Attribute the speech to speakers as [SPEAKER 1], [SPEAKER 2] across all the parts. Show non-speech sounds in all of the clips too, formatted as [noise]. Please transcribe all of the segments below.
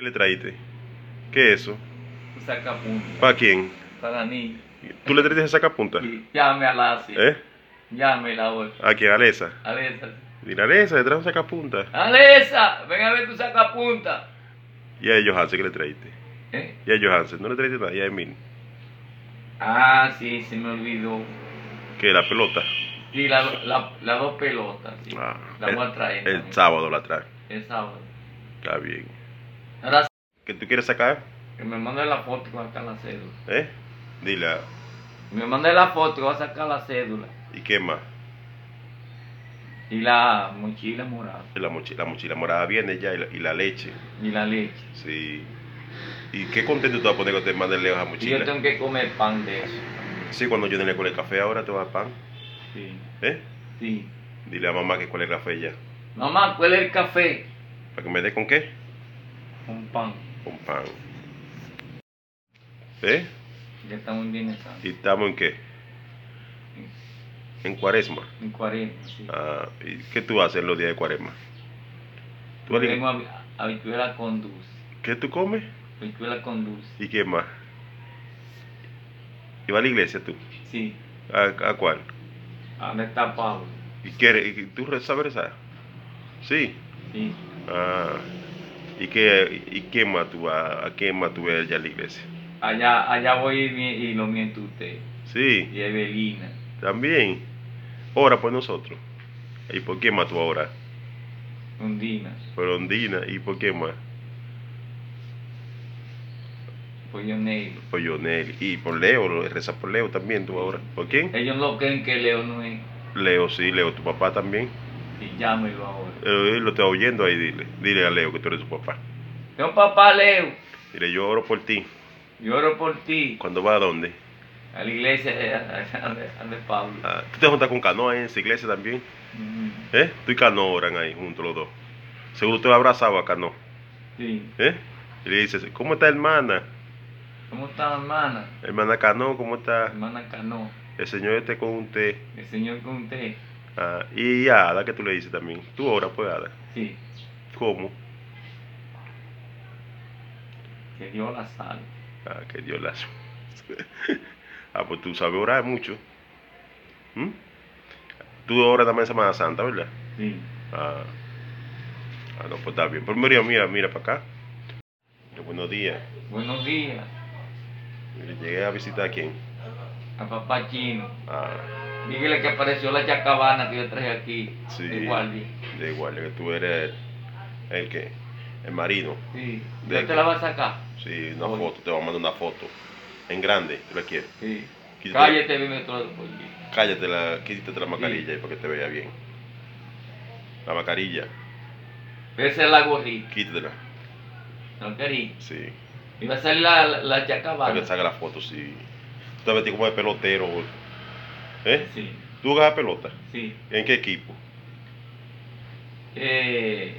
[SPEAKER 1] le traíste? ¿Qué es eso?
[SPEAKER 2] Sacapunta.
[SPEAKER 1] ¿Para quién?
[SPEAKER 2] Para mí.
[SPEAKER 1] ¿Tú le traíste esa sacapunta?
[SPEAKER 2] Llame a Lassie.
[SPEAKER 1] ¿Eh?
[SPEAKER 2] Llame la voz.
[SPEAKER 1] ¿A quién? ¿A Alesa?
[SPEAKER 2] Alesa.
[SPEAKER 1] Dile, Alesa, le traes un sacapunta.
[SPEAKER 2] Alesa, ven a ver tu sacapunta.
[SPEAKER 1] Y a Johansen, ¿qué le traíste?
[SPEAKER 2] ¿Eh?
[SPEAKER 1] Y a Johansen, no le traíste nada. Y a Emil,
[SPEAKER 2] Ah, sí, se me olvidó.
[SPEAKER 1] que la pelota.
[SPEAKER 2] Sí, las la, la dos pelotas. Sí.
[SPEAKER 1] Ah,
[SPEAKER 2] la voy a traer.
[SPEAKER 1] El
[SPEAKER 2] también,
[SPEAKER 1] sábado la traes.
[SPEAKER 2] el sábado.
[SPEAKER 1] Está bien.
[SPEAKER 2] Ahora sí,
[SPEAKER 1] ¿Qué tú quieres sacar?
[SPEAKER 2] que me mande la foto con acá la cédula.
[SPEAKER 1] ¿Eh? Dile, a-
[SPEAKER 2] Me mande la foto, que voy a sacar la cédula.
[SPEAKER 1] ¿y qué más?
[SPEAKER 2] Y la mochila morada.
[SPEAKER 1] Y La mochila, la mochila morada viene ya y la, y la leche.
[SPEAKER 2] Y la leche.
[SPEAKER 1] Sí. ¿Y qué contento te vas a poner cuando te manden lejos a
[SPEAKER 2] Y yo
[SPEAKER 1] mochila?
[SPEAKER 2] tengo que comer pan de eso.
[SPEAKER 1] Sí, cuando yo le con el café ahora te va a pan.
[SPEAKER 2] Sí.
[SPEAKER 1] ¿Eh?
[SPEAKER 2] Sí.
[SPEAKER 1] Dile a mamá que cuál es el café ya.
[SPEAKER 2] Mamá, ¿cuál es el café?
[SPEAKER 1] ¿Para que me dé con qué?
[SPEAKER 2] Un pan.
[SPEAKER 1] Con pan. ¿Eh?
[SPEAKER 2] Ya está muy bien esa.
[SPEAKER 1] ¿Y estamos en qué? En cuaresma.
[SPEAKER 2] En cuarenta, sí.
[SPEAKER 1] Ah, ¿y qué tú haces los días de cuaresma? ¿Tú ali-
[SPEAKER 2] Tengo hab- habichuela con dulce.
[SPEAKER 1] ¿Qué tú comes?
[SPEAKER 2] Habichuela con dulce.
[SPEAKER 1] ¿Y qué más? ¿Y va a la iglesia tú?
[SPEAKER 2] Sí.
[SPEAKER 1] ¿A, a cuál?
[SPEAKER 2] ¿Dónde está Pablo?
[SPEAKER 1] ¿Y qué, y tú re- sabes rezar? Sí.
[SPEAKER 2] Sí.
[SPEAKER 1] Ah, ¿y qué, y qué más tú vas, a qué más tú ves allá a la iglesia?
[SPEAKER 2] Allá, allá voy y, mi- y lo miento usted.
[SPEAKER 1] Sí,
[SPEAKER 2] Y Evelina.
[SPEAKER 1] también. Ora por nosotros. ¿Y por qué más tú ahora?
[SPEAKER 2] Undina.
[SPEAKER 1] Por Ondina, ¿y por qué más?
[SPEAKER 2] Pollo negro.
[SPEAKER 1] Por Yonel, y por Leo, lo- reza por Leo también tú ahora. ¿Por quién?
[SPEAKER 2] Ellos no creen que Leo no es.
[SPEAKER 1] Leo, sí, Leo, tu papá también.
[SPEAKER 2] Y llámelo ahora.
[SPEAKER 1] Eh, Él lo está oyendo ahí, dile. Dile a Leo que tú eres su papá.
[SPEAKER 2] Yo, papá Leo,
[SPEAKER 1] Dile, yo oro por ti.
[SPEAKER 2] lloro por ti.
[SPEAKER 1] ¿Cuándo va a dónde?
[SPEAKER 2] A la iglesia de, de- de Pablo.
[SPEAKER 1] Ah, tú te juntas con Canoa ahí en esa iglesia también.
[SPEAKER 2] Ujú.
[SPEAKER 1] ¿Eh? Tú y Cano oran ahí juntos los dos. Seguro tú abrazaba a Cano.
[SPEAKER 2] Sí.
[SPEAKER 1] ¿Eh? Y le dices, ¿cómo está hermana?
[SPEAKER 2] ¿Cómo está, hermana?
[SPEAKER 1] Hermana Cano, ¿cómo está?
[SPEAKER 2] Hermana Cano.
[SPEAKER 1] El Señor esté con usted.
[SPEAKER 2] El Señor con usted.
[SPEAKER 1] Ah, y a Ada, que tú le dices también. Tú oras por Ada.
[SPEAKER 2] Sí.
[SPEAKER 1] ¿Cómo?
[SPEAKER 2] Que Dios la salve.
[SPEAKER 1] Ah, que Dios la... [laughs] ah, pues tú sabes orar mucho. ¿Mm? Tú oras también en Semana Santa, ¿verdad?
[SPEAKER 2] Sí.
[SPEAKER 1] Ah, ah, no, pues está bien. Pero mira, mira, mira para acá. Eh, Buenos días.
[SPEAKER 2] Buenos días.
[SPEAKER 1] Mire, Llegué a visitar a quién.
[SPEAKER 2] A papá chino.
[SPEAKER 1] Ah,
[SPEAKER 2] Dígale que apareció la chacabana que yo traje aquí.
[SPEAKER 1] Sí.
[SPEAKER 2] De guardia.
[SPEAKER 1] de igual, que tú eres el, el que, el marino.
[SPEAKER 2] Sí.
[SPEAKER 1] De-
[SPEAKER 2] ¿Ya te la vas a sacar?
[SPEAKER 1] Sí, una
[SPEAKER 2] Oye.
[SPEAKER 1] foto, te va a mandar una foto. En grande, tú la quieres.
[SPEAKER 2] Sí.
[SPEAKER 1] Quítate-
[SPEAKER 2] Cállate, vive todo el
[SPEAKER 1] Cállate, la, quítate la mascarilla ahí para que te vea bien. La mascarilla,
[SPEAKER 2] Esa es la gorrita.
[SPEAKER 1] quítatela.
[SPEAKER 2] No quería.
[SPEAKER 1] Sí,
[SPEAKER 2] Iba a salir la, la, la
[SPEAKER 1] para que
[SPEAKER 2] chacabana.
[SPEAKER 1] salga la foto, sí. Tú te vestido como de pelotero, bol. ¿eh?
[SPEAKER 2] Sí.
[SPEAKER 1] ¿Tú juegas a pelota?
[SPEAKER 2] Sí.
[SPEAKER 1] ¿En qué equipo?
[SPEAKER 2] Eh,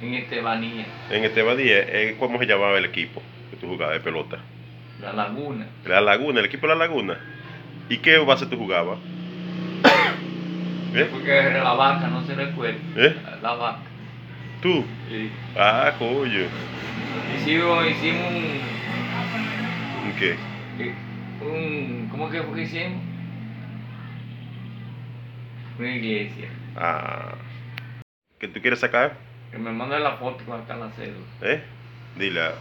[SPEAKER 2] en Estebanía,
[SPEAKER 1] En Esteban Díaz, eh, ¿cómo se llamaba el equipo que tú jugabas de pelota?
[SPEAKER 2] La Laguna.
[SPEAKER 1] La Laguna, el equipo de La Laguna. ¿Y qué base tú jugabas? [coughs] ¿Eh?
[SPEAKER 2] Porque era la vaca, no se recuerda.
[SPEAKER 1] ¿Eh?
[SPEAKER 2] La vaca.
[SPEAKER 1] ¿Tú?
[SPEAKER 2] Sí.
[SPEAKER 1] Ah, coño.
[SPEAKER 2] Hicimos, hicimos un,
[SPEAKER 1] ¿En qué?
[SPEAKER 2] eh, un- ¿Cómo que fue que hicimos? Una iglesia.
[SPEAKER 1] Ah. ¿Que tú quieres sacar?
[SPEAKER 2] Que me mande la foto con acá la cédula.
[SPEAKER 1] ¿Eh? Dile, ah,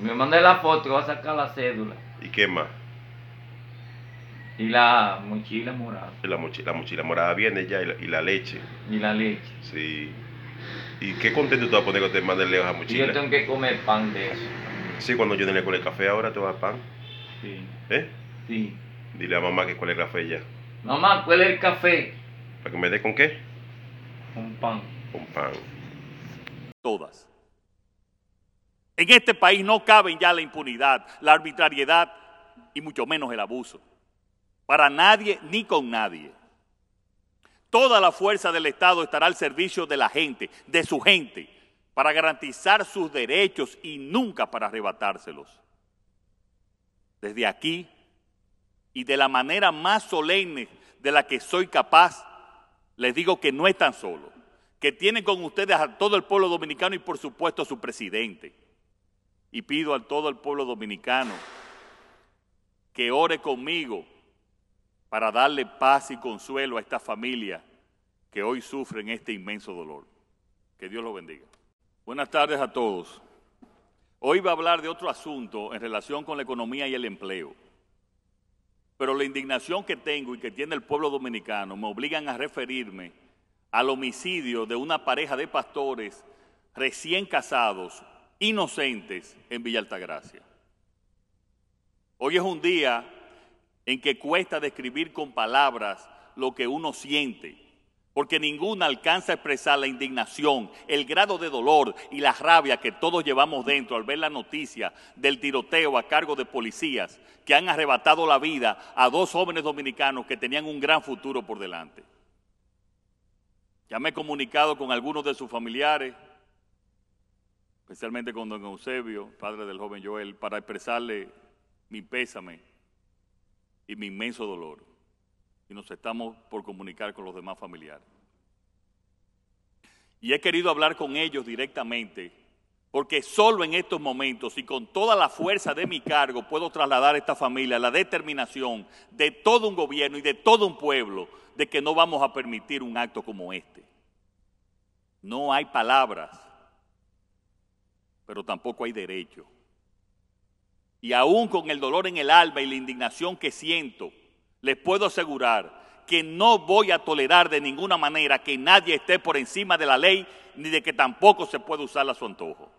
[SPEAKER 2] Me mande la foto que va a sacar la cédula.
[SPEAKER 1] ¿y qué más?
[SPEAKER 2] Y la mochila morada.
[SPEAKER 1] La mochila, la mochila morada viene ya y la, y la leche.
[SPEAKER 2] Y la leche.
[SPEAKER 1] Sí. ¿Y qué contento te vas a poner cuando te manden lejos a
[SPEAKER 2] Y yo
[SPEAKER 1] mochila?
[SPEAKER 2] tengo que comer pan de eso.
[SPEAKER 1] Sí, cuando yo le con el café ahora te vas a pan.
[SPEAKER 2] Sí.
[SPEAKER 1] ¿Eh?
[SPEAKER 2] Sí.
[SPEAKER 1] Dile a mamá que cuál es el café ya.
[SPEAKER 2] Mamá, ¿cuál es el café?
[SPEAKER 1] ¿Para que me dé con qué?
[SPEAKER 2] Un pan.
[SPEAKER 1] Con pan.
[SPEAKER 3] todas. En este país no caben ya la impunidad, la arbitrariedad y mucho menos el abuso. Para nadie ni con nadie. Toda la fuerza del Estado estará al servicio de la gente, de su gente, para garantizar sus derechos y nunca para arrebatárselos. Desde aquí y de la manera más solemne de la que soy capaz, les digo que no están solos, que tienen con ustedes a todo el pueblo dominicano y por supuesto a su presidente. Y pido a todo el pueblo dominicano que ore conmigo para darle paz y consuelo a esta familia que hoy sufren este inmenso dolor. Que Dios los bendiga. Buenas tardes a todos. Hoy va a hablar de otro asunto en relación con la economía y el empleo. Pero la indignación que tengo y que tiene el pueblo dominicano me obligan a referirme al homicidio de una pareja de pastores recién casados, inocentes, en Villa Altagracia. Hoy es un día en que cuesta describir con palabras lo que uno siente, porque ninguna alcanza a expresar la indignación, el grado de dolor y la rabia que todos llevamos dentro al ver la noticia del tiroteo a cargo de policías que han arrebatado la vida a dos jóvenes dominicanos que tenían un gran futuro por delante. Ya me he comunicado con algunos de sus familiares, especialmente con don Eusebio, padre del joven Joel, para expresarle mi pésame y mi inmenso dolor. Y nos estamos por comunicar con los demás familiares. Y he querido hablar con ellos directamente, porque solo en estos momentos y con toda la fuerza de mi cargo puedo trasladar a esta familia la determinación de todo un gobierno y de todo un pueblo de que no vamos a permitir un acto como este. No hay palabras, pero tampoco hay derecho. Y aún con el dolor en el alma y la indignación que siento, les puedo asegurar que no voy a tolerar de ninguna manera que nadie esté por encima de la ley ni de que tampoco se pueda usarla a su antojo.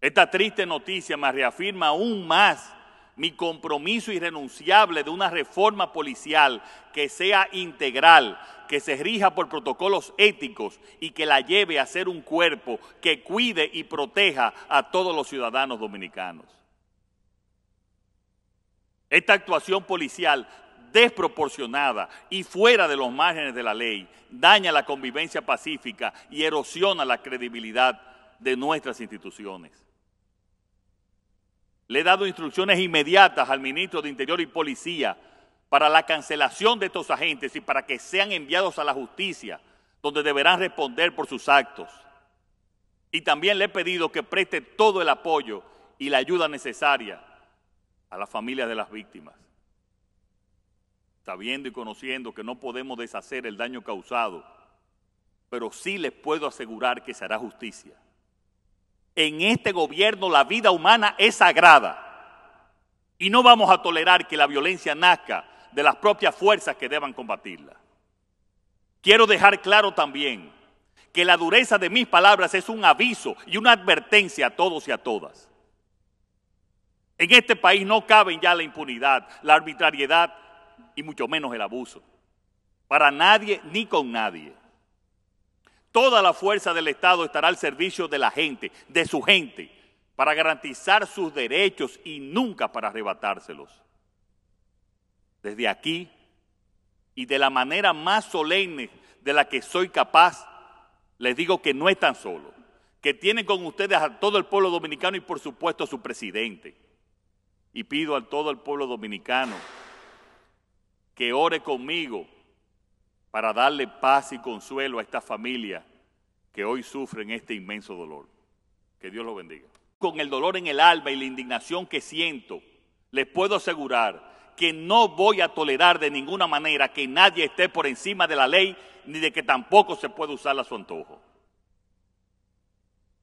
[SPEAKER 3] Esta triste noticia me reafirma aún más mi compromiso irrenunciable de una reforma policial que sea integral, que se rija por protocolos éticos y que la lleve a ser un cuerpo que cuide y proteja a todos los ciudadanos dominicanos. Esta actuación policial desproporcionada y fuera de los márgenes de la ley daña la convivencia pacífica y erosiona la credibilidad de nuestras instituciones. Le he dado instrucciones inmediatas al ministro de Interior y Policía para la cancelación de estos agentes y para que sean enviados a la justicia, donde deberán responder por sus actos. Y también le he pedido que preste todo el apoyo y la ayuda necesaria a las familias de las víctimas, sabiendo y conociendo que no podemos deshacer el daño causado, pero sí les puedo asegurar que se hará justicia. En este gobierno la vida humana es sagrada y no vamos a tolerar que la violencia nazca de las propias fuerzas que deban combatirla. Quiero dejar claro también que la dureza de mis palabras es un aviso y una advertencia a todos y a todas. En este país no caben ya la impunidad, la arbitrariedad y mucho menos el abuso. Para nadie ni con nadie. Toda la fuerza del Estado estará al servicio de la gente, de su gente, para garantizar sus derechos y nunca para arrebatárselos. Desde aquí y de la manera más solemne de la que soy capaz, les digo que no están solos, que tienen con ustedes a todo el pueblo dominicano y por supuesto a su presidente. Y pido a todo el pueblo dominicano que ore conmigo para darle paz y consuelo a esta familia que hoy sufren este inmenso dolor. Que Dios los bendiga. Con el dolor en el alma y la indignación que siento, les puedo asegurar que no voy a tolerar de ninguna manera que nadie esté por encima de la ley ni de que tampoco se pueda usarla a su antojo.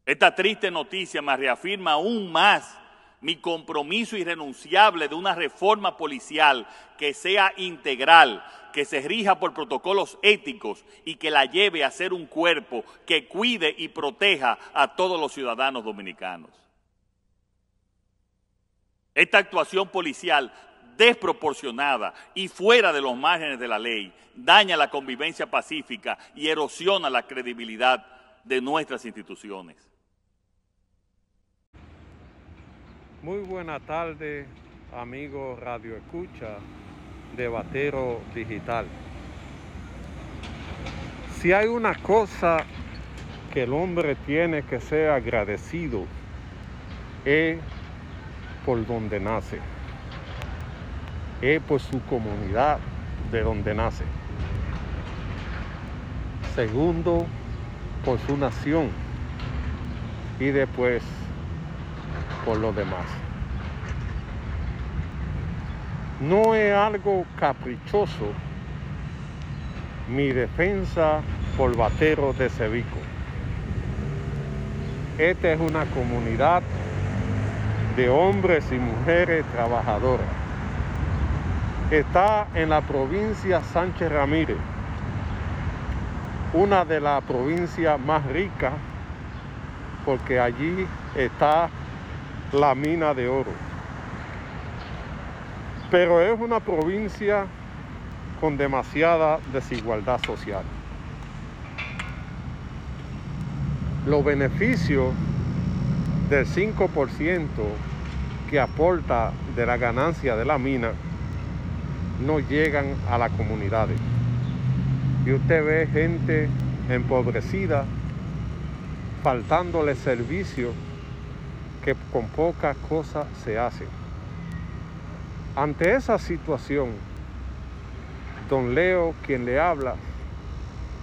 [SPEAKER 3] Esta triste noticia me reafirma aún más mi compromiso irrenunciable de una reforma policial que sea integral, que se rija por protocolos éticos y que la lleve a ser un cuerpo que cuide y proteja a todos los ciudadanos dominicanos. Esta actuación policial desproporcionada y fuera de los márgenes de la ley daña la convivencia pacífica y erosiona la credibilidad de nuestras instituciones.
[SPEAKER 4] Muy buena tarde, amigo Radio Escucha de Batero Digital. Si hay una cosa que el hombre tiene que ser agradecido, es por donde nace, es por su comunidad de donde nace. segundo por su nación y después por los demás. No es algo caprichoso mi defensa por Batero de Cevico. Esta es una comunidad de hombres y mujeres trabajadoras. Está en la provincia Sánchez Ramírez, una de las provincias más ricas porque allí está la mina de oro. Pero es una provincia con demasiada desigualdad social. Los beneficios del 5% que aporta de la ganancia de la mina no llegan a las comunidades. Y usted ve gente empobrecida, faltándole servicios que con pocas cosas se hacen. Ante esa situación, don Leo, quien le habla,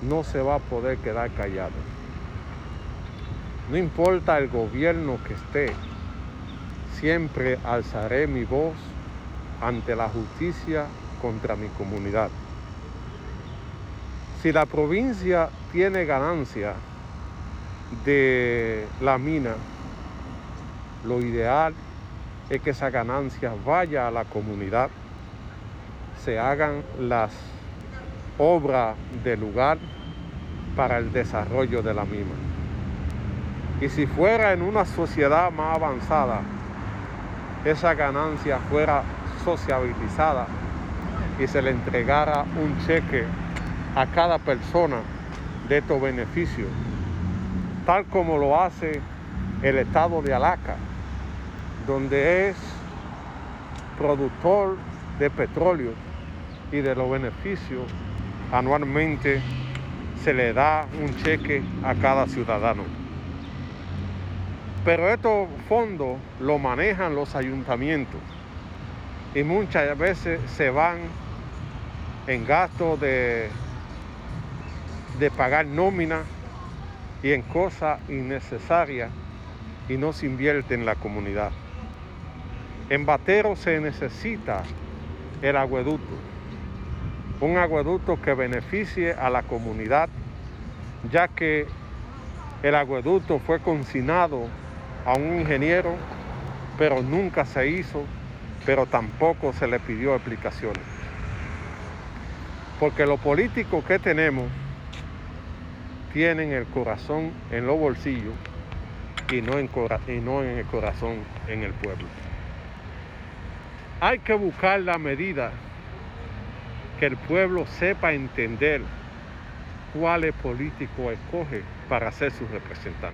[SPEAKER 4] no se va a poder quedar callado. No importa el gobierno que esté, siempre alzaré mi voz ante la justicia contra mi comunidad. Si la provincia tiene ganancia de la mina, lo ideal es que esa ganancia vaya a la comunidad, se hagan las obras del lugar para el desarrollo de la misma. Y si fuera en una sociedad más avanzada, esa ganancia fuera sociabilizada y se le entregara un cheque a cada persona de estos beneficios, tal como lo hace el estado de Alaska, donde es productor de petróleo y de los beneficios anualmente se le da un cheque a cada ciudadano. Pero estos fondos los manejan los ayuntamientos y muchas veces se van en gastos de, de pagar nómina y en cosas innecesarias y no se invierte en la comunidad. En Batero se necesita el acueducto, un acueducto que beneficie a la comunidad, ya que el acueducto fue consignado a un ingeniero, pero nunca se hizo, pero tampoco se le pidió explicaciones. Porque los políticos que tenemos tienen el corazón en los bolsillos y no en, cora- y no en el corazón en el pueblo. Hay que buscar la medida que el pueblo sepa entender cuáles políticos escoge para ser su representante.